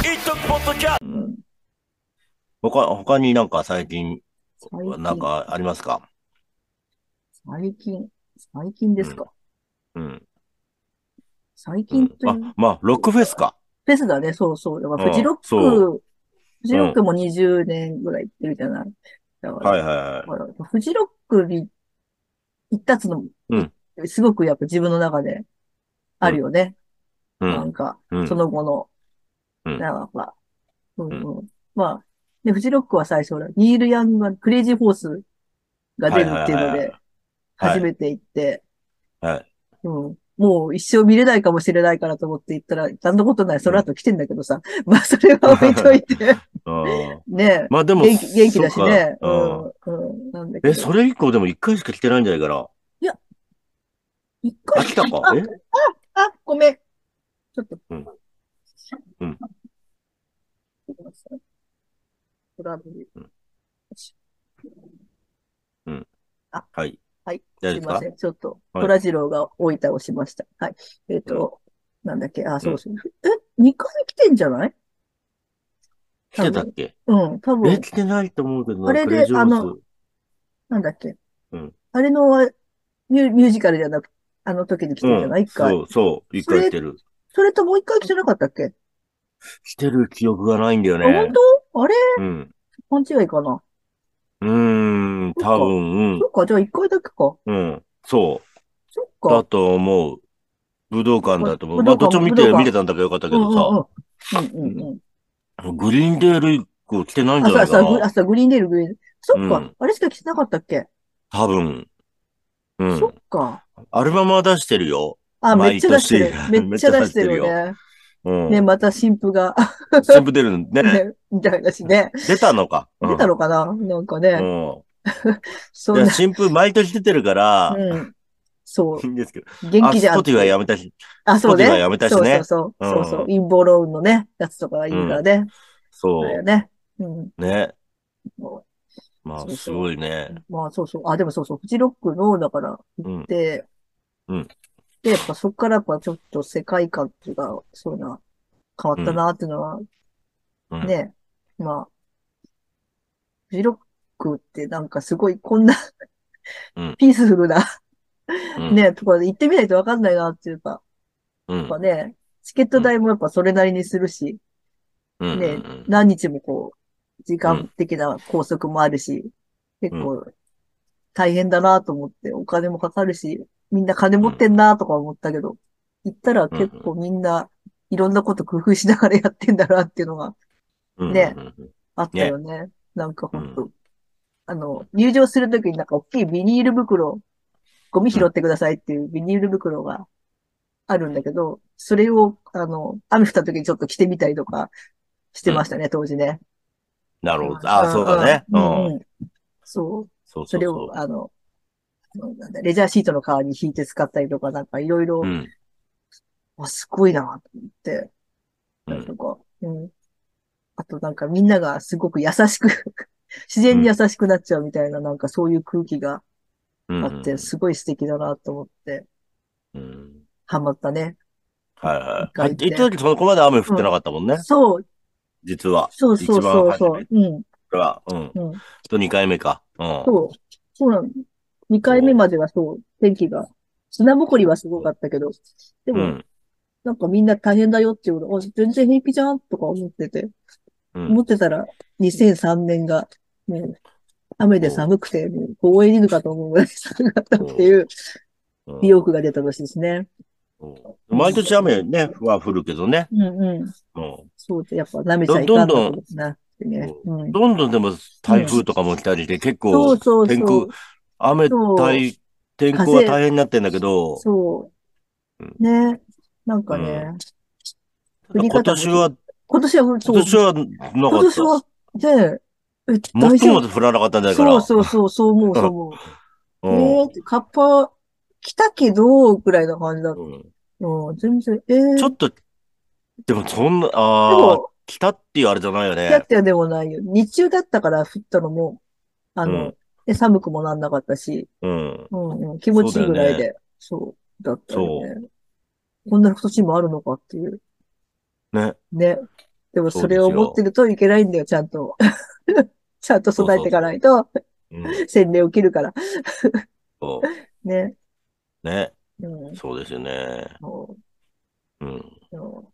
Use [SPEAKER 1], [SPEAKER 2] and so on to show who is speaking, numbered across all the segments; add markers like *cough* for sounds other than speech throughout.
[SPEAKER 1] 一徳ポッドキャス
[SPEAKER 2] うん。
[SPEAKER 3] 他、他になんか最近、
[SPEAKER 2] 最
[SPEAKER 3] なん
[SPEAKER 2] 近、
[SPEAKER 3] かありますか
[SPEAKER 2] 最近、最近ですか。
[SPEAKER 3] うん。
[SPEAKER 2] 最
[SPEAKER 3] う
[SPEAKER 2] 近
[SPEAKER 3] ん
[SPEAKER 2] という、
[SPEAKER 3] あ、まあ、ロックフェスか。
[SPEAKER 2] フェスだね、そうそう。だから
[SPEAKER 3] うん
[SPEAKER 2] フジロック、
[SPEAKER 3] そ
[SPEAKER 2] フジロックも20年ぐらい行ってるじゃない。だから、
[SPEAKER 3] はいはいはい。
[SPEAKER 2] だからフジロックに行ったっつのも
[SPEAKER 3] うん
[SPEAKER 2] すごくやっぱ自分の中であるよね。
[SPEAKER 3] う
[SPEAKER 2] なん
[SPEAKER 3] ん。
[SPEAKER 2] か、
[SPEAKER 3] うん
[SPEAKER 2] そ。の後の、
[SPEAKER 3] うん
[SPEAKER 2] なんか、うん
[SPEAKER 3] ん
[SPEAKER 2] うんまあ、で、フジロックは最初だ、ニール・ヤングがクレイジーホースが出るっていうの
[SPEAKER 3] はいはいはい
[SPEAKER 2] で、
[SPEAKER 3] はい
[SPEAKER 2] 初めて行って、
[SPEAKER 3] はい。
[SPEAKER 2] うん、もう一生見れないかもしれないからと思って行ったら、なんのことない、その後来てんだけどさ、まあそれは置いとい
[SPEAKER 3] *laughs*
[SPEAKER 2] て、
[SPEAKER 3] うん
[SPEAKER 2] ね
[SPEAKER 3] まあでも、
[SPEAKER 2] 元気、元気だしね。
[SPEAKER 3] そうかうん
[SPEAKER 2] うん、うん、なんだけど。
[SPEAKER 3] え、それ以降でも一回しか来てないんじゃないかな。あ、
[SPEAKER 2] 一回
[SPEAKER 3] 来たか
[SPEAKER 2] あ
[SPEAKER 3] え
[SPEAKER 2] あ、ごめん。ちょっと。
[SPEAKER 3] うんうん。
[SPEAKER 2] トラブル。
[SPEAKER 3] うんうんはい。
[SPEAKER 2] はい。
[SPEAKER 3] 大
[SPEAKER 2] す
[SPEAKER 3] 丈
[SPEAKER 2] い
[SPEAKER 3] 夫
[SPEAKER 2] ま
[SPEAKER 3] です
[SPEAKER 2] せ
[SPEAKER 3] か
[SPEAKER 2] ん。ちょっと、
[SPEAKER 3] はい
[SPEAKER 2] トラジローが置いたをしました。はい。えっと、なんだっけ。あ、そうそう。え、2回来てんじゃない
[SPEAKER 3] 来てたっけ
[SPEAKER 2] う
[SPEAKER 3] え、
[SPEAKER 2] ん、多分、
[SPEAKER 3] 来てないと思うけどな、
[SPEAKER 2] あれで
[SPEAKER 3] クレイジー
[SPEAKER 2] あ
[SPEAKER 3] ホ
[SPEAKER 2] の
[SPEAKER 3] ース。
[SPEAKER 2] なんだっけ
[SPEAKER 3] うん。
[SPEAKER 2] あれのミュミュージカルじゃなく、あの時に来てんじゃない一
[SPEAKER 3] う
[SPEAKER 2] 回。
[SPEAKER 3] ん、そう、そう、一回来てる。
[SPEAKER 2] それともう一回来てなかったっけ
[SPEAKER 3] 来てる記憶がないんだよ
[SPEAKER 2] あ、
[SPEAKER 3] ね
[SPEAKER 2] 本。当あれ
[SPEAKER 3] うん。
[SPEAKER 2] 勘違いかな。
[SPEAKER 3] うーん、多分、
[SPEAKER 2] そっか、じゃあ一回だけか。そ
[SPEAKER 3] うん、うん、そ
[SPEAKER 2] っ
[SPEAKER 3] う、だ
[SPEAKER 2] か。
[SPEAKER 3] と思う。武道館だと思う。
[SPEAKER 2] 武
[SPEAKER 3] ま
[SPEAKER 2] 道
[SPEAKER 3] あ、どっ
[SPEAKER 2] 館
[SPEAKER 3] ちも見
[SPEAKER 2] 武道
[SPEAKER 3] て、
[SPEAKER 2] 館
[SPEAKER 3] 見てたんだけどよかったけどさ、
[SPEAKER 2] うんうんうん。うんうんうん。
[SPEAKER 3] グリーンデール以降来てないん
[SPEAKER 2] あ、
[SPEAKER 3] じゃ
[SPEAKER 2] そ
[SPEAKER 3] ない
[SPEAKER 2] うそう、
[SPEAKER 3] か
[SPEAKER 2] グあ
[SPEAKER 3] な。
[SPEAKER 2] そうグリーンデール、グリーンデール。そっ
[SPEAKER 3] う
[SPEAKER 2] か
[SPEAKER 3] ん。
[SPEAKER 2] あれしか来てなかったっけ
[SPEAKER 3] 多分。う
[SPEAKER 2] そっ
[SPEAKER 3] ん。
[SPEAKER 2] か。
[SPEAKER 3] アルバムは出してるよ。
[SPEAKER 2] あ、めっちゃ出してる
[SPEAKER 3] 毎。
[SPEAKER 2] め
[SPEAKER 3] 年 *laughs*
[SPEAKER 2] っちゃ出してるよね。
[SPEAKER 3] うん。
[SPEAKER 2] ね、また新婦が、
[SPEAKER 3] 全部出るのね。
[SPEAKER 2] *laughs* ね、みたいだしね。
[SPEAKER 3] 出たのか。
[SPEAKER 2] 出た
[SPEAKER 3] の
[SPEAKER 2] のかななんかね。
[SPEAKER 3] うん。
[SPEAKER 2] そん
[SPEAKER 3] いや、
[SPEAKER 2] な、
[SPEAKER 3] 新風毎年出てるから、
[SPEAKER 2] うん。そう
[SPEAKER 3] いい。んですけど。
[SPEAKER 2] 元
[SPEAKER 3] あ、
[SPEAKER 2] 気じ
[SPEAKER 3] ス
[SPEAKER 2] ゃん
[SPEAKER 3] ポ
[SPEAKER 2] って
[SPEAKER 3] ティはやめたし。
[SPEAKER 2] あ、そうね。
[SPEAKER 3] スポティはやめたしね
[SPEAKER 2] そうそうそう。
[SPEAKER 3] うん
[SPEAKER 2] そうそう。陰謀論のね、やつとかがいるからね。
[SPEAKER 3] そ
[SPEAKER 2] そうだよ
[SPEAKER 3] う。
[SPEAKER 2] ね。うん。
[SPEAKER 3] ね。
[SPEAKER 2] も
[SPEAKER 3] ま
[SPEAKER 2] そう
[SPEAKER 3] あ、
[SPEAKER 2] そう
[SPEAKER 3] すごいね
[SPEAKER 2] う。まあ、そうそう。あ、でもそうそう。フジロックの、だから、
[SPEAKER 3] うん。
[SPEAKER 2] で、
[SPEAKER 3] うん
[SPEAKER 2] で、やっぱそっからやっぱちょっと世界観っていうか、そういうのは変わったなっていうのは、
[SPEAKER 3] うん
[SPEAKER 2] ね、まあ、フジロックってなんかすごいこんな
[SPEAKER 3] うん
[SPEAKER 2] *laughs* ピースフルな、
[SPEAKER 3] うん
[SPEAKER 2] ね、ところで行ってみないとわかんないなっていうか、
[SPEAKER 3] う
[SPEAKER 2] や
[SPEAKER 3] ん
[SPEAKER 2] っぱね、チケット代もやっぱそれなりにするし、
[SPEAKER 3] うん
[SPEAKER 2] ね
[SPEAKER 3] うん
[SPEAKER 2] 何日もこう、時間的な拘束もあるし、結構大変だなと思って、お金もかかるし、みんな金持ってんなとか思ったけど、行ったら結構みんないろんなこと工夫しながらやってんだなっていうのが
[SPEAKER 3] うん
[SPEAKER 2] ね
[SPEAKER 3] うんうん
[SPEAKER 2] あったよね。なんかほんと、あの、入場するときになんか大きいビニール袋、ゴミ拾ってくださいっていうビニール袋があるんだけど、それを、あの、雨降ったときにちょっと着てみたりとかしてましたね、当時ね。
[SPEAKER 3] なるほど。あ、そうだね。
[SPEAKER 2] う
[SPEAKER 3] うん。
[SPEAKER 2] うんん。そう。
[SPEAKER 3] そう
[SPEAKER 2] そ
[SPEAKER 3] そう
[SPEAKER 2] れ
[SPEAKER 3] そ
[SPEAKER 2] を、あの、なんだレジャーシートの代わりに引いて使ったりとか、なんかいろいろ
[SPEAKER 3] う。う、ん。
[SPEAKER 2] あ、すごいなと思って、
[SPEAKER 3] う
[SPEAKER 2] なん
[SPEAKER 3] ん。
[SPEAKER 2] か、うん。あとなんかみんながすごく優しく、 *laughs* 自然に優しくなっちゃうみたいな、なんかそういう空気が
[SPEAKER 3] うん
[SPEAKER 2] あって、すごい素敵だなと思って、
[SPEAKER 3] うん。
[SPEAKER 2] ハマったね。
[SPEAKER 3] はいは
[SPEAKER 2] 一
[SPEAKER 3] い。あ
[SPEAKER 2] 回行って
[SPEAKER 3] 言った時、そこまで雨降ってなかったもんね。
[SPEAKER 2] そう、
[SPEAKER 3] 実は。
[SPEAKER 2] そうそうそう、そう、うん、
[SPEAKER 3] これは、うん。
[SPEAKER 2] うん。
[SPEAKER 3] と2回目か。うん。
[SPEAKER 2] そう、そうなの。2回目まではそう、天気が、砂ぼこりはすごかったけど、で
[SPEAKER 3] う
[SPEAKER 2] も、
[SPEAKER 3] ん。
[SPEAKER 2] なんかみんな大変だよっていうの、あ、全然平気じゃんとか思ってて、
[SPEAKER 3] うん
[SPEAKER 2] 思ってたら、2003年が、もう、雨で寒くて、もう、凍え犬かと思うぐらい寒かったっていう、
[SPEAKER 3] うん
[SPEAKER 2] 美容区が出た年ですね。
[SPEAKER 3] うん毎年雨ね、は降るけどね。
[SPEAKER 2] うんうん。
[SPEAKER 3] うん。
[SPEAKER 2] そうで、やっぱ舐めちゃいかんとことなってね。うん。
[SPEAKER 3] どんどんでも台風とかも来たりして、結
[SPEAKER 2] そ
[SPEAKER 3] 構
[SPEAKER 2] う、そう
[SPEAKER 3] 天
[SPEAKER 2] そう
[SPEAKER 3] 空。雨
[SPEAKER 2] そう
[SPEAKER 3] 対、天候は大変になってんだけど、
[SPEAKER 2] そう。ね。なんかね、降り
[SPEAKER 3] 今
[SPEAKER 2] 方も
[SPEAKER 3] 年は、
[SPEAKER 2] 今年は、そ
[SPEAKER 3] 今
[SPEAKER 2] う。
[SPEAKER 3] 年はな
[SPEAKER 2] 今
[SPEAKER 3] かっ
[SPEAKER 2] 年
[SPEAKER 3] た。
[SPEAKER 2] は、で、え、大
[SPEAKER 3] 最
[SPEAKER 2] 丈
[SPEAKER 3] も
[SPEAKER 2] 夫
[SPEAKER 3] 降らなかったんじゃないか
[SPEAKER 2] そう
[SPEAKER 3] な。
[SPEAKER 2] そうそう、そう
[SPEAKER 3] *laughs*
[SPEAKER 2] 思う、そう思う。
[SPEAKER 3] う
[SPEAKER 2] えーって、カッパ来たけど、ぐらいな感じだった。
[SPEAKER 3] んうん
[SPEAKER 2] うん、全然、えー、
[SPEAKER 3] ちょ
[SPEAKER 2] っ
[SPEAKER 3] っと、でもそんな、
[SPEAKER 2] と、
[SPEAKER 3] ああ、
[SPEAKER 2] も、
[SPEAKER 3] 来たっていうあれじゃないよ
[SPEAKER 2] や
[SPEAKER 3] ね
[SPEAKER 2] っ。てはでもないよ。日中だったから降ったのも、あ
[SPEAKER 3] う
[SPEAKER 2] の
[SPEAKER 3] ん、
[SPEAKER 2] で寒くもなんなかったし、
[SPEAKER 3] うん。
[SPEAKER 2] うん、うん、気持ちいいぐらいで、そう、だったよね。こんな年もあるのかっていう。
[SPEAKER 3] ね。
[SPEAKER 2] ね。でもそれを持ってるといけないんだよ、ちゃんと。 *laughs* ちゃんと備えていかないと、
[SPEAKER 3] うん
[SPEAKER 2] 洗礼起きるから。
[SPEAKER 3] そ
[SPEAKER 2] ね。
[SPEAKER 3] う。ね。
[SPEAKER 2] うん。
[SPEAKER 3] そうですよね。
[SPEAKER 2] そう
[SPEAKER 3] うん。。
[SPEAKER 2] そ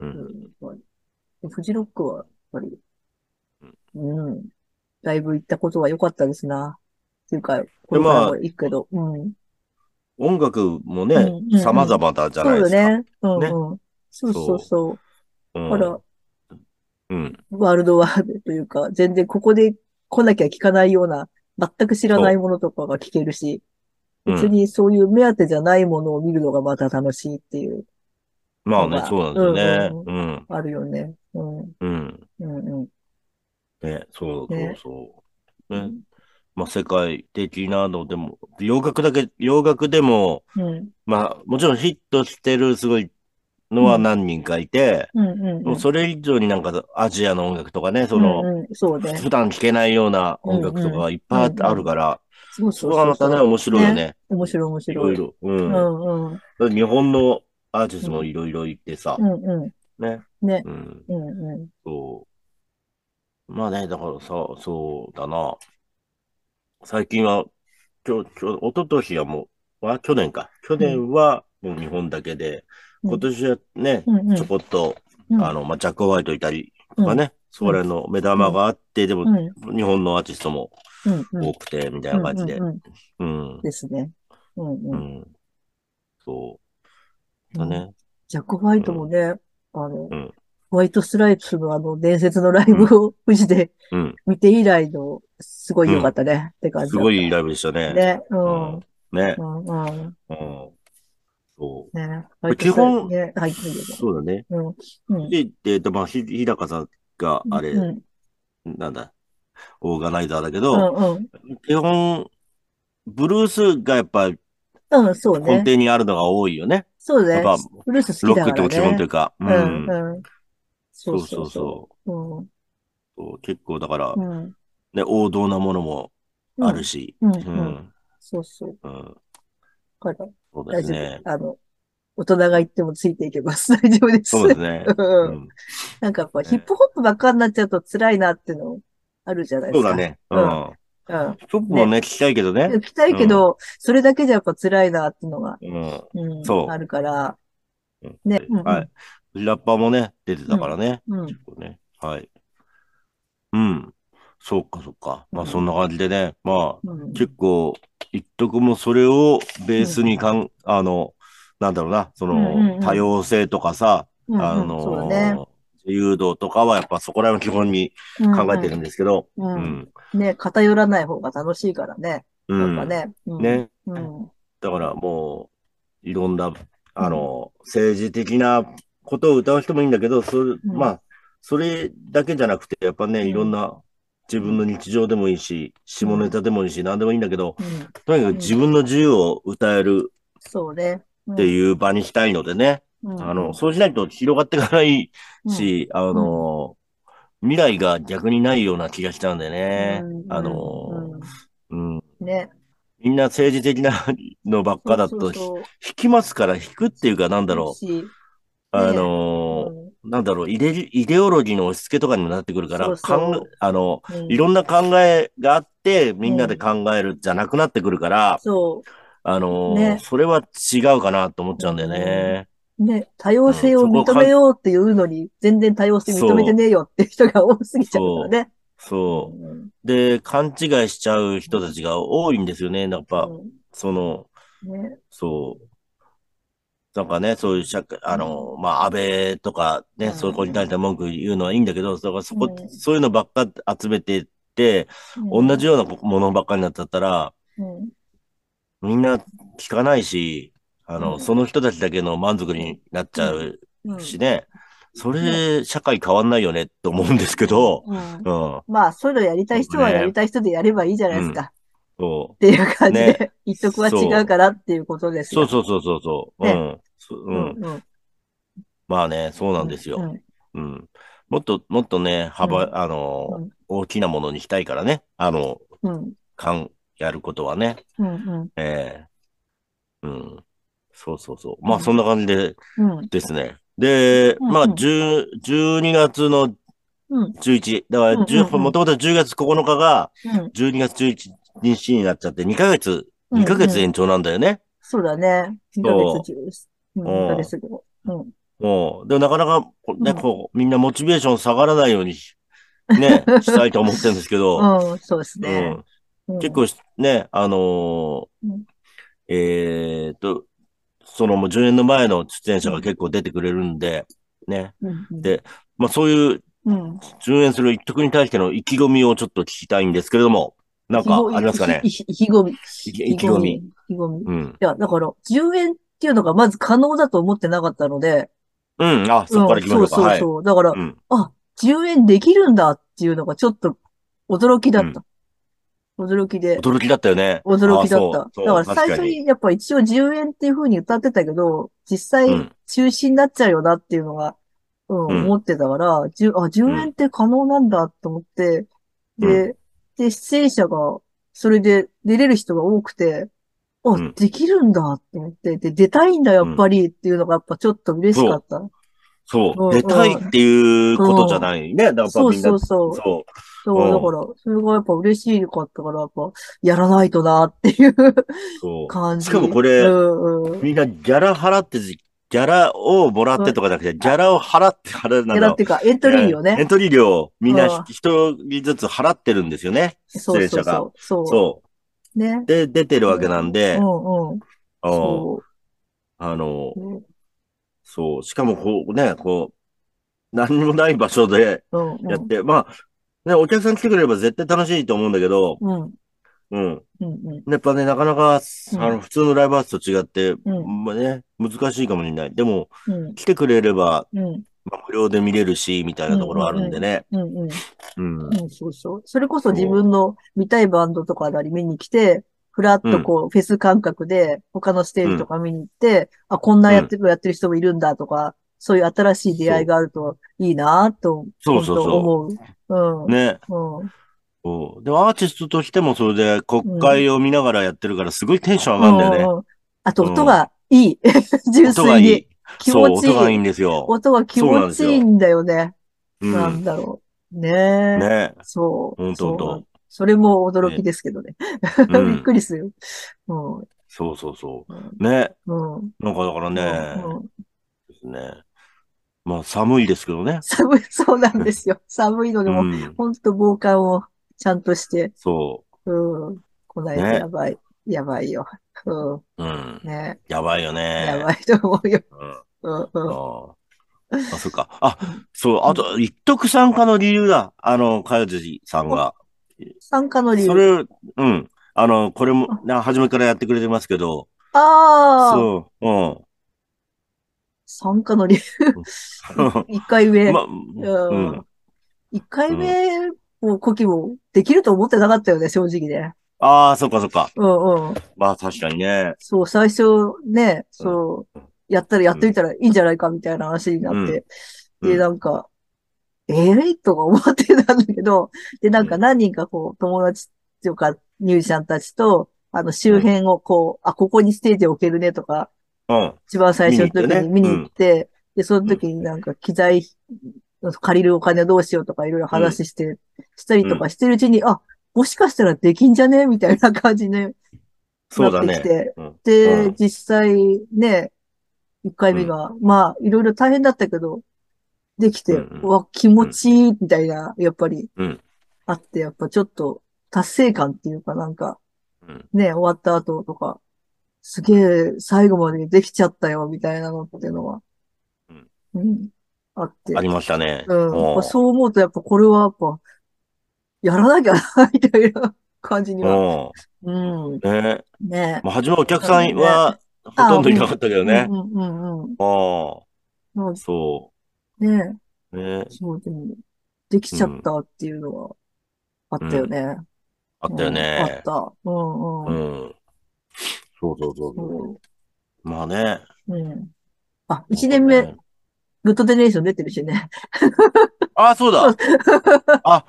[SPEAKER 2] うううんんまあでフジロックは、やっぱり
[SPEAKER 3] うん、
[SPEAKER 2] うん。ライブ行ったことは良かったですな。っていうか、こ
[SPEAKER 3] で
[SPEAKER 2] れ
[SPEAKER 3] ま
[SPEAKER 2] か
[SPEAKER 3] あ
[SPEAKER 2] らも行くけど。うん。
[SPEAKER 3] 音楽も
[SPEAKER 2] うん
[SPEAKER 3] ね
[SPEAKER 2] うんう、ん
[SPEAKER 3] 様々だじゃ
[SPEAKER 2] そ
[SPEAKER 3] ないうで
[SPEAKER 2] だ
[SPEAKER 3] すか。
[SPEAKER 2] ね。うん
[SPEAKER 3] ね
[SPEAKER 2] うん。そうそうそう。
[SPEAKER 3] う
[SPEAKER 2] ほら
[SPEAKER 3] ん。、うん。
[SPEAKER 2] ワールドワードというか、全然ここで来なきゃ聞かないような、全く知らないものとかが聞けるし、
[SPEAKER 3] うん
[SPEAKER 2] 別にそういう目当てじゃないものを見るのがまた楽しいっていう、
[SPEAKER 3] まあね、そうなんですよね。うん。
[SPEAKER 2] あるよね。うん、うん、
[SPEAKER 3] うん。
[SPEAKER 2] うん。
[SPEAKER 3] ね、そうそう
[SPEAKER 2] ね
[SPEAKER 3] そう。ね。まあ、世界的なのでも、洋楽だけ、洋楽でも、
[SPEAKER 2] うん、
[SPEAKER 3] まあ、もちろんヒットしてるすごいのは何人かいて、
[SPEAKER 2] うん、うん。
[SPEAKER 3] もうそれ以上になんかアジアの音楽とかね、その、
[SPEAKER 2] うんうん、そうね。
[SPEAKER 3] 普段聴けないような音楽とかがいっぱいあるから、
[SPEAKER 2] そう
[SPEAKER 3] そ
[SPEAKER 2] そう
[SPEAKER 3] こ
[SPEAKER 2] そ
[SPEAKER 3] は
[SPEAKER 2] う
[SPEAKER 3] ま
[SPEAKER 2] そ
[SPEAKER 3] た
[SPEAKER 2] う。
[SPEAKER 3] ね、面白いよね。
[SPEAKER 2] 面白い、面
[SPEAKER 3] い
[SPEAKER 2] 白
[SPEAKER 3] ろ
[SPEAKER 2] い。
[SPEAKER 3] いろ。う。
[SPEAKER 2] うんん、うん、
[SPEAKER 3] だって日本のアーティストもいろいろいてさ
[SPEAKER 2] う、ん、う
[SPEAKER 3] ね。
[SPEAKER 2] ん。ね、
[SPEAKER 3] うん。
[SPEAKER 2] うん、う
[SPEAKER 3] そう。まあね、だからさ、そうだな。最近は、きょ、きょ、一昨年はもう、は去年か。去年はもう日本だけで、
[SPEAKER 2] うん
[SPEAKER 3] 今年はね、
[SPEAKER 2] ん。うん、うん
[SPEAKER 3] ちょこっと、
[SPEAKER 2] うん。
[SPEAKER 3] あの、まあ、ジャック・ホワイトいたりとかね、それの目玉があって、で
[SPEAKER 2] う
[SPEAKER 3] も、
[SPEAKER 2] ん、うん、
[SPEAKER 3] 日本のアーティストも
[SPEAKER 2] うん。
[SPEAKER 3] 多くて、みたいな感じで
[SPEAKER 2] うん。うんうん
[SPEAKER 3] うん。
[SPEAKER 2] ですね。うん、う。
[SPEAKER 3] うんん。そう。だね。
[SPEAKER 2] ジャック・ホワイトもね、あの
[SPEAKER 3] うん、
[SPEAKER 2] ホワイトストライプスのあの伝説のライブを無事で
[SPEAKER 3] うん。
[SPEAKER 2] 見て以来の、すごい良かったね、って感じ
[SPEAKER 3] す
[SPEAKER 2] だった。
[SPEAKER 3] ごいライブでしたね。
[SPEAKER 2] ね、う
[SPEAKER 3] うんん。。ね。
[SPEAKER 2] うん、うん。
[SPEAKER 3] うん。そ
[SPEAKER 2] ね、
[SPEAKER 3] れ基本
[SPEAKER 2] ホワイトストライプね、はい、
[SPEAKER 3] う。そうだね。
[SPEAKER 2] うん、うん。
[SPEAKER 3] で、えっと、まあ、ひ、日高さんが、あれ、
[SPEAKER 2] うん、
[SPEAKER 3] なんだ、オーガナイザーだけ
[SPEAKER 2] う
[SPEAKER 3] ど、
[SPEAKER 2] ん、うん。
[SPEAKER 3] 基本、ブルースがやっぱ
[SPEAKER 2] うん、そう
[SPEAKER 3] 根
[SPEAKER 2] ね。
[SPEAKER 3] 底にあるのが多いよね。
[SPEAKER 2] そうね
[SPEAKER 3] やっぱ。
[SPEAKER 2] ブルース好
[SPEAKER 3] ロ
[SPEAKER 2] き
[SPEAKER 3] ッ
[SPEAKER 2] だ
[SPEAKER 3] クっ
[SPEAKER 2] か
[SPEAKER 3] て
[SPEAKER 2] ら
[SPEAKER 3] も基本とい
[SPEAKER 2] ね。
[SPEAKER 3] うか、う
[SPEAKER 2] うん、
[SPEAKER 3] ん。
[SPEAKER 2] うん。そ。
[SPEAKER 3] そううそうそう
[SPEAKER 2] うん、
[SPEAKER 3] う。そう結構だから
[SPEAKER 2] う、ん。
[SPEAKER 3] ね、王道なものもある
[SPEAKER 2] し。
[SPEAKER 3] し、
[SPEAKER 2] うん、う。
[SPEAKER 3] うんん。
[SPEAKER 2] そうそう。
[SPEAKER 3] うん。
[SPEAKER 2] だから、
[SPEAKER 3] そうで
[SPEAKER 2] 大
[SPEAKER 3] す
[SPEAKER 2] 丈
[SPEAKER 3] ね。
[SPEAKER 2] 夫。あの、大人が言ってもついていけます。 *laughs* 大丈夫です。
[SPEAKER 3] そうですね。う
[SPEAKER 2] *laughs* うん。
[SPEAKER 3] ん。
[SPEAKER 2] なんかやっぱ
[SPEAKER 3] ね
[SPEAKER 2] ヒップホップばっかになっちゃうと辛いなっていうのあるじゃない
[SPEAKER 3] そ
[SPEAKER 2] で
[SPEAKER 3] う
[SPEAKER 2] す
[SPEAKER 3] だ。
[SPEAKER 2] か。
[SPEAKER 3] ね。
[SPEAKER 2] う
[SPEAKER 3] うんん。
[SPEAKER 2] う
[SPEAKER 3] ちょっともね、聞きたいけどね
[SPEAKER 2] ん。。来たいけど、それだけじゃやっぱ辛いなっていうのが、
[SPEAKER 3] うん。
[SPEAKER 2] うん、
[SPEAKER 3] そう
[SPEAKER 2] あるから、
[SPEAKER 3] うん
[SPEAKER 2] ね、うん、
[SPEAKER 3] はい。ラッパーもね、出てたからね。
[SPEAKER 2] うん、うん
[SPEAKER 3] 結構ね。はい。うん。そうか、そうか。まあ、
[SPEAKER 2] うん
[SPEAKER 3] そんな感じでね。まあ、
[SPEAKER 2] うん、
[SPEAKER 3] 結構、一徳もそれをベースにかん、あの、なんだろうな、その、
[SPEAKER 2] うんうんうん
[SPEAKER 3] 多様性とかさ、
[SPEAKER 2] うん
[SPEAKER 3] あ
[SPEAKER 2] うん
[SPEAKER 3] の、
[SPEAKER 2] そうだね。
[SPEAKER 3] 自由度とかはやっぱそこら辺を基本に考えてるんですけど、
[SPEAKER 2] うん、
[SPEAKER 3] う
[SPEAKER 2] うん
[SPEAKER 3] ん。
[SPEAKER 2] ね、偏らない方が楽しいからね。
[SPEAKER 3] う
[SPEAKER 2] な
[SPEAKER 3] ん。
[SPEAKER 2] んかね。うん、
[SPEAKER 3] ね
[SPEAKER 2] うん、
[SPEAKER 3] だからもう、いろんな、あの、政治的なことを歌う人もいいんだけど、それ、まあ、それだけじゃなくて、やっぱ
[SPEAKER 2] うん
[SPEAKER 3] ね、いろんな、自分の日常でもいいし、下ネタでもいいし、何でもいいんだけど、
[SPEAKER 2] うん、
[SPEAKER 3] とにかく自分の自由を歌える
[SPEAKER 2] そうね。っ
[SPEAKER 3] って
[SPEAKER 2] う
[SPEAKER 3] いう場にしたいのでね、
[SPEAKER 2] ん、うん、
[SPEAKER 3] あの、そうしないと広がっていかないし、あの、未来が逆にないような気がしたんでね、
[SPEAKER 2] うん
[SPEAKER 3] あの、うん、
[SPEAKER 2] うんね、
[SPEAKER 3] みんな政治的なのばっかだと、
[SPEAKER 2] そう
[SPEAKER 3] ひ
[SPEAKER 2] そうそう
[SPEAKER 3] 引きますから、引くっていうか、なんだろう、
[SPEAKER 2] し
[SPEAKER 3] あ
[SPEAKER 2] ね
[SPEAKER 3] の、
[SPEAKER 2] うん
[SPEAKER 3] なんだろうイデ、イデオロギーの押し付けとかにもなってくるから、
[SPEAKER 2] そうそう
[SPEAKER 3] かんあの、
[SPEAKER 2] うん
[SPEAKER 3] いろんな考えがあって、みんなで考えるじゃなくなってくるから、
[SPEAKER 2] そ
[SPEAKER 3] あの、
[SPEAKER 2] ね
[SPEAKER 3] それは違うかなと思っちゃうんだよね。
[SPEAKER 2] う。ね、多様性を
[SPEAKER 3] うんそこ
[SPEAKER 2] 認
[SPEAKER 3] か
[SPEAKER 2] めようっていうのに、全然多様性認めてねえよって人が多すぎちゃうからね。
[SPEAKER 3] そう。
[SPEAKER 2] うん
[SPEAKER 3] で、勘違いしちゃう人たちが多いんですよね。やっぱ、その、
[SPEAKER 2] うんね、
[SPEAKER 3] そう。なんかね、そういう社会、あの、まあ、安倍とかね、
[SPEAKER 2] うん
[SPEAKER 3] そこに対して文句言うのはいいんだけど、だからそこ、
[SPEAKER 2] うん
[SPEAKER 3] そういうのばっか集めてって、
[SPEAKER 2] うん
[SPEAKER 3] 同じようなものばっかりになっちゃったら、
[SPEAKER 2] うん
[SPEAKER 3] みんな聞かないし、あ
[SPEAKER 2] う
[SPEAKER 3] の、
[SPEAKER 2] ん
[SPEAKER 3] その人たちだけの満足になっちゃう
[SPEAKER 2] うん
[SPEAKER 3] しね、それ、社会変わんないよね、と思うんですけど、
[SPEAKER 2] うん
[SPEAKER 3] うん、
[SPEAKER 2] まあ、そういうのやりたい人は
[SPEAKER 3] ね
[SPEAKER 2] やりたい人でやればいいじゃないですか。
[SPEAKER 3] そう。
[SPEAKER 2] っていう感じ *laughs* で、一徳は
[SPEAKER 3] そう
[SPEAKER 2] 違うからっていうことです
[SPEAKER 3] そう
[SPEAKER 2] よ。
[SPEAKER 3] そうそうそうそう、
[SPEAKER 2] ね
[SPEAKER 3] うん。そうん。
[SPEAKER 2] うん。
[SPEAKER 3] まあね、そう
[SPEAKER 2] そ
[SPEAKER 3] なんですよ。
[SPEAKER 2] うん
[SPEAKER 3] うん。もっと、もっとね、幅、
[SPEAKER 2] う
[SPEAKER 3] あのー
[SPEAKER 2] うん
[SPEAKER 3] 大きなものにしたいからね。あの、
[SPEAKER 2] うん。
[SPEAKER 3] かん、やることはね。
[SPEAKER 2] うん。
[SPEAKER 3] ええうん。そうそうそう。ま
[SPEAKER 2] う
[SPEAKER 3] あ、
[SPEAKER 2] ん
[SPEAKER 3] そんな感じで
[SPEAKER 2] うん。
[SPEAKER 3] ですね。で、
[SPEAKER 2] うんうん
[SPEAKER 3] まあ、10 12月の
[SPEAKER 2] うん。
[SPEAKER 3] 11、だから
[SPEAKER 2] うんうんう
[SPEAKER 3] 10、
[SPEAKER 2] ん
[SPEAKER 3] もともと10月9日が
[SPEAKER 2] うん。
[SPEAKER 3] 12月11日になっちゃって、2ヶ月、2ヶ
[SPEAKER 2] うん
[SPEAKER 3] 月
[SPEAKER 2] うん
[SPEAKER 3] 延長なんだよね。
[SPEAKER 2] そうだね。2ヶ月中です。うん、
[SPEAKER 3] うん
[SPEAKER 2] 2ヶ月後。うん。
[SPEAKER 3] もう、でもなかなかこ、ね、
[SPEAKER 2] うん
[SPEAKER 3] こう、みんなモチベーション下がらないようにし、
[SPEAKER 2] *laughs*
[SPEAKER 3] ね、したいと思ってるんですけど、
[SPEAKER 2] うん、そうです
[SPEAKER 3] う
[SPEAKER 2] ね。
[SPEAKER 3] ん
[SPEAKER 2] うん
[SPEAKER 3] 結、構しね、あのー
[SPEAKER 2] うん
[SPEAKER 3] えーっと、そのもう10年の前の出演者が結構出てくれるんで、ね、
[SPEAKER 2] うんうん
[SPEAKER 3] でまあそういう
[SPEAKER 2] うん。
[SPEAKER 3] 10円する一徳に対しての意気込みをちょっと聞きたいんですけれども、なんかありますかね
[SPEAKER 2] 意気 *laughs* 意気込み。
[SPEAKER 3] 意気意気込み。。
[SPEAKER 2] 意気込み。い
[SPEAKER 3] うん。
[SPEAKER 2] や、だから、10円っていうのがまず可能だと思ってなかったので、
[SPEAKER 3] うん、あ、そこから行きましょ
[SPEAKER 2] うん
[SPEAKER 3] うか。
[SPEAKER 2] そうそう
[SPEAKER 3] はい。
[SPEAKER 2] そう。だから、
[SPEAKER 3] うん。
[SPEAKER 2] あ、10円できるんだっていうのがちょっと驚きだった。驚きで、
[SPEAKER 3] 驚きだったよね。
[SPEAKER 2] 驚きだ
[SPEAKER 3] あ
[SPEAKER 2] っ
[SPEAKER 3] そう
[SPEAKER 2] た。
[SPEAKER 3] そう
[SPEAKER 2] だから最
[SPEAKER 3] 確か
[SPEAKER 2] 初
[SPEAKER 3] に。
[SPEAKER 2] にやっぱ一応10円っていう風に歌ってたけど、実
[SPEAKER 3] う
[SPEAKER 2] 際
[SPEAKER 3] ん。
[SPEAKER 2] 中止になっちゃうよなっていうのが、うん、
[SPEAKER 3] うん
[SPEAKER 2] 思ってたから、10あ、10円って可能なんだと思って、で、で、出演者が、それで出れる人が多くて、あ、
[SPEAKER 3] うん
[SPEAKER 2] できるんだって思って、で、出たいんだやっぱりっていうのがやっぱちょっと嬉しかった。
[SPEAKER 3] そうう。
[SPEAKER 2] ん
[SPEAKER 3] 出たいっていうことじゃないね。だからやっぱ
[SPEAKER 2] そう
[SPEAKER 3] みんな
[SPEAKER 2] そ、うそう。
[SPEAKER 3] そ
[SPEAKER 2] そう、だ
[SPEAKER 3] うん
[SPEAKER 2] から、それがやっぱ嬉しかったから、やっぱ、やらないとなっていう
[SPEAKER 3] う。そう。
[SPEAKER 2] 感じ。
[SPEAKER 3] しかもこれ
[SPEAKER 2] うんうん。
[SPEAKER 3] みんなギャラ払ってじ、ギャラをもらってとかじゃなくて、ギャラを払って払うなん
[SPEAKER 2] いや、だっ
[SPEAKER 3] だ
[SPEAKER 2] ていうか、エントリーよ
[SPEAKER 3] えーエ
[SPEAKER 2] ね。
[SPEAKER 3] ントリー料をみんな
[SPEAKER 2] うん
[SPEAKER 3] ひ一人ずつ払ってるんですよね。出
[SPEAKER 2] そう
[SPEAKER 3] 演
[SPEAKER 2] そ
[SPEAKER 3] 者
[SPEAKER 2] う
[SPEAKER 3] が。
[SPEAKER 2] そう。そ。
[SPEAKER 3] そう
[SPEAKER 2] ね
[SPEAKER 3] う。。で、出てるわけなんで
[SPEAKER 2] う、んうん。
[SPEAKER 3] あの
[SPEAKER 2] そ
[SPEAKER 3] あの、
[SPEAKER 2] う。うん
[SPEAKER 3] そう。しかもこうね、こう、何もない場所で
[SPEAKER 2] うん。
[SPEAKER 3] やって、まあ、ね、お客さん来てくれれば絶対楽しいと思うんだけど、
[SPEAKER 2] うん。うん
[SPEAKER 3] うん。
[SPEAKER 2] うん。
[SPEAKER 3] やっぱね、なかなか、
[SPEAKER 2] うん
[SPEAKER 3] あの、普通のライブハウスと違って、
[SPEAKER 2] うん
[SPEAKER 3] まあね、難しいかもしれない。でも、
[SPEAKER 2] うん。
[SPEAKER 3] 来てくれれば、
[SPEAKER 2] うん。
[SPEAKER 3] まあ無料で見れるし、みたいなところあるんでね。
[SPEAKER 2] うん。うん。
[SPEAKER 3] うん。
[SPEAKER 2] うん、そうそう。それこそ自分の見たいバンドとかなり見に来て、ふらっとこう、フェス感覚で、他のステージとか見に行って、あ、こんなやってる、やってる人もいるんだとか、そういう新しい出会いがあるといいなと、
[SPEAKER 3] そうそうそう
[SPEAKER 2] 本当思う。うん。
[SPEAKER 3] ね。
[SPEAKER 2] うん。
[SPEAKER 3] そう。でもアーティストとしてもそれで国会を見ながらやってるからすごいテンション上がるんだよね。
[SPEAKER 2] うんあと、音がい *laughs* い。純
[SPEAKER 3] 音が
[SPEAKER 2] 粋
[SPEAKER 3] い
[SPEAKER 2] に
[SPEAKER 3] い。。
[SPEAKER 2] 気
[SPEAKER 3] そう、
[SPEAKER 2] 持ちい
[SPEAKER 3] 音がいい
[SPEAKER 2] い。
[SPEAKER 3] んですよ。
[SPEAKER 2] 音が気持ちいいんだよね。
[SPEAKER 3] う
[SPEAKER 2] なん
[SPEAKER 3] ん。
[SPEAKER 2] だろう。ねえ。
[SPEAKER 3] ね。
[SPEAKER 2] そう。
[SPEAKER 3] ほんとほんと
[SPEAKER 2] そうそれも驚きですけどね。
[SPEAKER 3] う
[SPEAKER 2] *laughs* *laughs* びっ
[SPEAKER 3] ん。
[SPEAKER 2] くりする。うん。
[SPEAKER 3] そうそうそ
[SPEAKER 2] うん
[SPEAKER 3] う。ね。
[SPEAKER 2] うん
[SPEAKER 3] なんかだからね、
[SPEAKER 2] うん
[SPEAKER 3] ですね。まあ寒いですけどね。
[SPEAKER 2] 寒い、そうなんで
[SPEAKER 3] *laughs*
[SPEAKER 2] すよ。寒いので
[SPEAKER 3] う
[SPEAKER 2] も、
[SPEAKER 3] ん。
[SPEAKER 2] ほんと防寒をちゃんとして、
[SPEAKER 3] そ
[SPEAKER 2] うん。こないだ
[SPEAKER 3] ね
[SPEAKER 2] やばい、やばいよ。う
[SPEAKER 3] う。うん
[SPEAKER 2] ん。。ね
[SPEAKER 3] やばいよ
[SPEAKER 2] や
[SPEAKER 3] ね。
[SPEAKER 2] ばいと思うよ。
[SPEAKER 3] うん。あ
[SPEAKER 2] うんうん。
[SPEAKER 3] あ。あ、そっか。あ、そう、あと、一徳参加の理由だ。あの、かよじじさんが。
[SPEAKER 2] 酸化の理
[SPEAKER 3] そ
[SPEAKER 2] 由。
[SPEAKER 3] れ、うん。あの、これも、な初めからやってくれてますけど、
[SPEAKER 2] ああ、
[SPEAKER 3] そう、うん。
[SPEAKER 2] 酸化の理由。一回
[SPEAKER 3] *laughs*
[SPEAKER 2] 目。
[SPEAKER 3] ま、
[SPEAKER 2] う
[SPEAKER 3] うん
[SPEAKER 2] ん。一回目も呼吸もできると思ってなかったよね、正直ね。
[SPEAKER 3] ああ、そっかそっか。
[SPEAKER 2] うんうん。
[SPEAKER 3] まあ確かにね。
[SPEAKER 2] そう、最初ね、そう、やったらやってみたらいいんじゃないかみたいな話になって、
[SPEAKER 3] うん
[SPEAKER 2] で、
[SPEAKER 3] うん
[SPEAKER 2] なんか、ええとか思ってたんだけど、で、なんか何人かこう、友達とかミュージシャンたちと、あの、周辺をこう、あ、ここにステージ置けるねとか、
[SPEAKER 3] うん。
[SPEAKER 2] 一番最初の時に見
[SPEAKER 3] 見
[SPEAKER 2] に
[SPEAKER 3] に
[SPEAKER 2] 行
[SPEAKER 3] 行
[SPEAKER 2] っ、
[SPEAKER 3] って
[SPEAKER 2] で、その時になんか機材、借りるお金どうしようとかいろいろ話して、したりとかしてるうちに、あ、もしかしたらできんじゃねみたいな感じね、
[SPEAKER 3] そうだ
[SPEAKER 2] なって
[SPEAKER 3] ね。
[SPEAKER 2] きて、
[SPEAKER 3] うん
[SPEAKER 2] で、
[SPEAKER 3] うん
[SPEAKER 2] 実際ね、1回目が、まあ、いろいろ大変だったけど、できて、
[SPEAKER 3] うんうん
[SPEAKER 2] うわ、気持ちいい、みたいな、やっぱり、
[SPEAKER 3] うん
[SPEAKER 2] あって、やっぱちょっと、達成感っていうかなんか、
[SPEAKER 3] うん
[SPEAKER 2] ね、終わった後とか、すげえ、最後までできちゃったよ、みたいなのっていうのは、
[SPEAKER 3] うん
[SPEAKER 2] うん、あって
[SPEAKER 3] あ、りましたね。
[SPEAKER 2] うん、やっぱ
[SPEAKER 3] う
[SPEAKER 2] そう思うと、やっぱこれはやっぱ、やらなきゃな、みたいな感じには、
[SPEAKER 3] ん。
[SPEAKER 2] うん、
[SPEAKER 3] うん。ね。
[SPEAKER 2] ね
[SPEAKER 3] まあ初めお客さんはほとんどいなかったけどね
[SPEAKER 2] う。んうんうん
[SPEAKER 3] あ
[SPEAKER 2] うん。
[SPEAKER 3] あ、そ
[SPEAKER 2] ねえ。
[SPEAKER 3] う。ね。
[SPEAKER 2] そう、でも、できちゃったっていうのはあったよね。
[SPEAKER 3] あったよ
[SPEAKER 2] うんあっ
[SPEAKER 3] ね。
[SPEAKER 2] た。うん
[SPEAKER 3] う
[SPEAKER 2] うん。
[SPEAKER 3] ん。そうそうそうそ。
[SPEAKER 2] そう
[SPEAKER 3] まあね。
[SPEAKER 2] う。うん。あ、1年目、。グッドデネレーション出てるしね。
[SPEAKER 3] ああ、そう
[SPEAKER 2] *laughs*
[SPEAKER 3] だ。あ、か、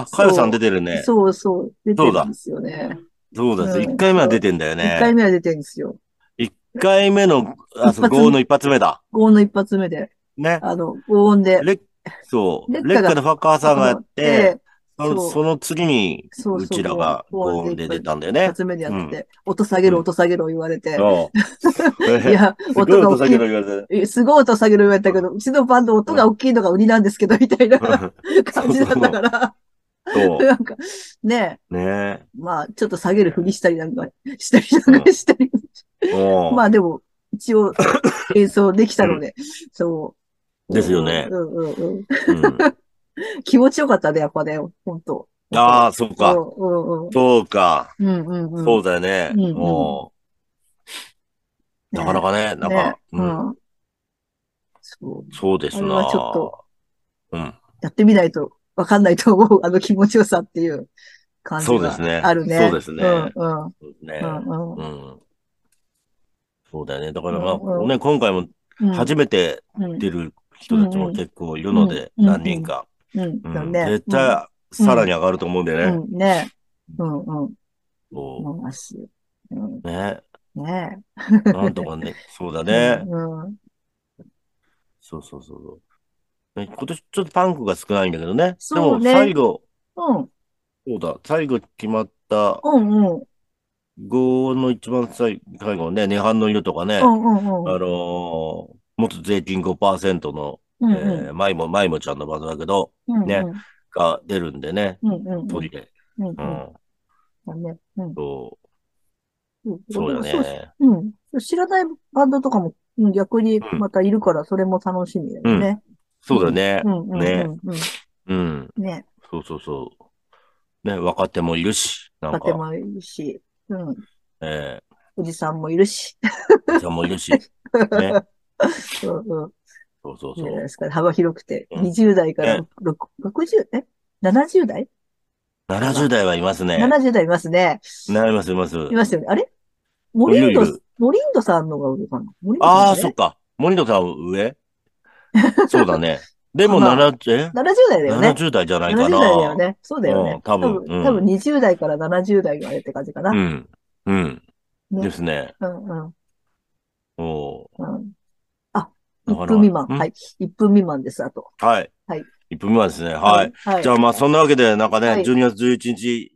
[SPEAKER 3] あ、かよさん出てるね。
[SPEAKER 2] そうそう、出てるんですよね。
[SPEAKER 3] そうだ。
[SPEAKER 2] うん
[SPEAKER 3] 1回目は出てんだよ
[SPEAKER 2] 1回
[SPEAKER 3] ね。
[SPEAKER 2] 目は出てるんですよ。
[SPEAKER 3] 1回目の、あ、そう、
[SPEAKER 2] 一発目
[SPEAKER 3] 合音の一発目だ。
[SPEAKER 2] 合音の一発目で、
[SPEAKER 3] ね。
[SPEAKER 2] あの、合音で。
[SPEAKER 3] レッ、そう。
[SPEAKER 2] レッカ
[SPEAKER 3] レ
[SPEAKER 2] が
[SPEAKER 3] ッカのファッカーさんがやって、そ
[SPEAKER 2] そ
[SPEAKER 3] の
[SPEAKER 2] う
[SPEAKER 3] その次に、
[SPEAKER 2] そうそう
[SPEAKER 3] ちらが合音で出たんだよ
[SPEAKER 2] 一
[SPEAKER 3] ね。
[SPEAKER 2] 発目でやって、音下げろ、
[SPEAKER 3] うん
[SPEAKER 2] 音下げろ言われて。
[SPEAKER 3] そう。
[SPEAKER 2] いや、
[SPEAKER 3] *laughs* すごい
[SPEAKER 2] 音が
[SPEAKER 3] 音
[SPEAKER 2] 大
[SPEAKER 3] 下
[SPEAKER 2] き
[SPEAKER 3] げ
[SPEAKER 2] い
[SPEAKER 3] ろ。言われてね。
[SPEAKER 2] えすごい音下げる言われたけど、うちのバンド音が大きいのが売りなんですけど、み
[SPEAKER 3] *laughs*
[SPEAKER 2] たいな感じだったから、
[SPEAKER 3] そ
[SPEAKER 2] なんか、ね
[SPEAKER 3] う。ね
[SPEAKER 2] え、まあ、ちょっと下げるふりしたりなんか、したりなんかしたり。
[SPEAKER 3] もう
[SPEAKER 2] まあでも、一応演奏できたので、そう。
[SPEAKER 3] ですよね
[SPEAKER 2] うんうんうん。
[SPEAKER 3] うん
[SPEAKER 2] 気持ちよかったね、やっぱね、本当
[SPEAKER 3] あ
[SPEAKER 2] あ、
[SPEAKER 3] あ、そう
[SPEAKER 2] う
[SPEAKER 3] か。
[SPEAKER 2] んうんうん。
[SPEAKER 3] そうか。
[SPEAKER 2] うんうんうん。
[SPEAKER 3] そうだよね。
[SPEAKER 2] うんうん
[SPEAKER 3] もう、
[SPEAKER 2] ね
[SPEAKER 3] なかなかね、なんか
[SPEAKER 2] ね、
[SPEAKER 3] う
[SPEAKER 2] うんん。そう。
[SPEAKER 3] そうです
[SPEAKER 2] あれ
[SPEAKER 3] な
[SPEAKER 2] はちょっと。
[SPEAKER 3] うん。
[SPEAKER 2] やってみないとわかんないと思う、あの気持ちよさっていう感じ
[SPEAKER 3] そうで
[SPEAKER 2] が
[SPEAKER 3] すね
[SPEAKER 2] あるね。
[SPEAKER 3] そうですね
[SPEAKER 2] うんうん
[SPEAKER 3] ね
[SPEAKER 2] う。ん
[SPEAKER 3] う。
[SPEAKER 2] うん
[SPEAKER 3] そうだよね。だから、
[SPEAKER 2] うん
[SPEAKER 3] ま
[SPEAKER 2] う
[SPEAKER 3] あ、
[SPEAKER 2] ん
[SPEAKER 3] ね、今回も
[SPEAKER 2] ん。
[SPEAKER 3] 初めて
[SPEAKER 2] うん
[SPEAKER 3] 出る人たちも結構いるので、
[SPEAKER 2] うんうん
[SPEAKER 3] 何人か。
[SPEAKER 2] うん
[SPEAKER 3] う
[SPEAKER 2] だ
[SPEAKER 3] ん。
[SPEAKER 2] ね。
[SPEAKER 3] 絶対、さらに上がると思うんだ
[SPEAKER 2] う
[SPEAKER 3] よね。
[SPEAKER 2] ん。うんね。うんうん。
[SPEAKER 3] そ
[SPEAKER 2] 思います。うん
[SPEAKER 3] う。ね。
[SPEAKER 2] ね
[SPEAKER 3] なんとかね、そうだね。
[SPEAKER 2] うんうん。
[SPEAKER 3] そうそうそうそう。ね今年ちょっとパンクが少ないんだけどね。で
[SPEAKER 2] そう
[SPEAKER 3] も
[SPEAKER 2] ね
[SPEAKER 3] 最後、
[SPEAKER 2] うん
[SPEAKER 3] そうだ、最後決まった
[SPEAKER 2] うんうん。
[SPEAKER 3] 5の一番最最後ね、涅槃の色とかね、
[SPEAKER 2] う
[SPEAKER 3] あの
[SPEAKER 2] んうんうん。
[SPEAKER 3] ー元税金5%の、
[SPEAKER 2] うん
[SPEAKER 3] えーマイモ、マイモちゃんのバンドだけど、
[SPEAKER 2] うん。
[SPEAKER 3] ねが出るんでね、
[SPEAKER 2] うんうんうん。
[SPEAKER 3] トリで。
[SPEAKER 2] うんう。
[SPEAKER 3] うんん。
[SPEAKER 2] だね。うん。
[SPEAKER 3] そ
[SPEAKER 2] うん
[SPEAKER 3] う、そうだ。ね。
[SPEAKER 2] うん。知らないバンドとかもうん逆に
[SPEAKER 3] うん
[SPEAKER 2] またいるから、それも楽しみだよね。
[SPEAKER 3] そうだね
[SPEAKER 2] う。んうんうん
[SPEAKER 3] ね
[SPEAKER 2] う
[SPEAKER 3] うん。
[SPEAKER 2] ん。ね。
[SPEAKER 3] そうそうそう。ね、若手もいるし、なん
[SPEAKER 2] 若手
[SPEAKER 3] か、
[SPEAKER 2] もいるし、うん。
[SPEAKER 3] え
[SPEAKER 2] おじさんもいるし。
[SPEAKER 3] ー、おじさんもいる
[SPEAKER 2] *laughs*
[SPEAKER 3] し、ね。
[SPEAKER 2] うんうん。
[SPEAKER 3] そうそう
[SPEAKER 2] い
[SPEAKER 3] そ
[SPEAKER 2] いんじゃないうで。すかね。幅広くて。
[SPEAKER 3] うん
[SPEAKER 2] 20代から
[SPEAKER 3] ね
[SPEAKER 2] 6 60、え ?70 代
[SPEAKER 3] 70代はいますね。
[SPEAKER 2] ?70 代いますね。
[SPEAKER 3] なります、います。
[SPEAKER 2] いますよね。あれモリンド
[SPEAKER 3] いるいる、
[SPEAKER 2] モリンドさんのが上かなモリンド
[SPEAKER 3] ああ、
[SPEAKER 2] さん
[SPEAKER 3] そ
[SPEAKER 2] だ
[SPEAKER 3] っ
[SPEAKER 2] ね
[SPEAKER 3] か。森野さん
[SPEAKER 2] *laughs*
[SPEAKER 3] 上そうだね。でも
[SPEAKER 2] まあ
[SPEAKER 3] 70、
[SPEAKER 2] 70代だよね。
[SPEAKER 3] 70代じゃない
[SPEAKER 2] 70
[SPEAKER 3] か
[SPEAKER 2] 代
[SPEAKER 3] な。
[SPEAKER 2] だよね。そうだよ
[SPEAKER 3] う
[SPEAKER 2] ね
[SPEAKER 3] ん。多分
[SPEAKER 2] 多
[SPEAKER 3] うん
[SPEAKER 2] 分、多分20代から70代までって感じかな。
[SPEAKER 3] うん。うん。
[SPEAKER 2] ね
[SPEAKER 3] ですね。
[SPEAKER 2] うんうん
[SPEAKER 3] お
[SPEAKER 2] うん。あ、
[SPEAKER 3] なか
[SPEAKER 2] 1
[SPEAKER 3] なか
[SPEAKER 2] 分未満。
[SPEAKER 3] うん
[SPEAKER 2] はい。1分未満です、あと。
[SPEAKER 3] はい。
[SPEAKER 2] はい。
[SPEAKER 3] 1分前ですね。はい。
[SPEAKER 2] はい
[SPEAKER 3] じゃあまあそんなわけで、なんかね、
[SPEAKER 2] はい
[SPEAKER 3] 12月11日、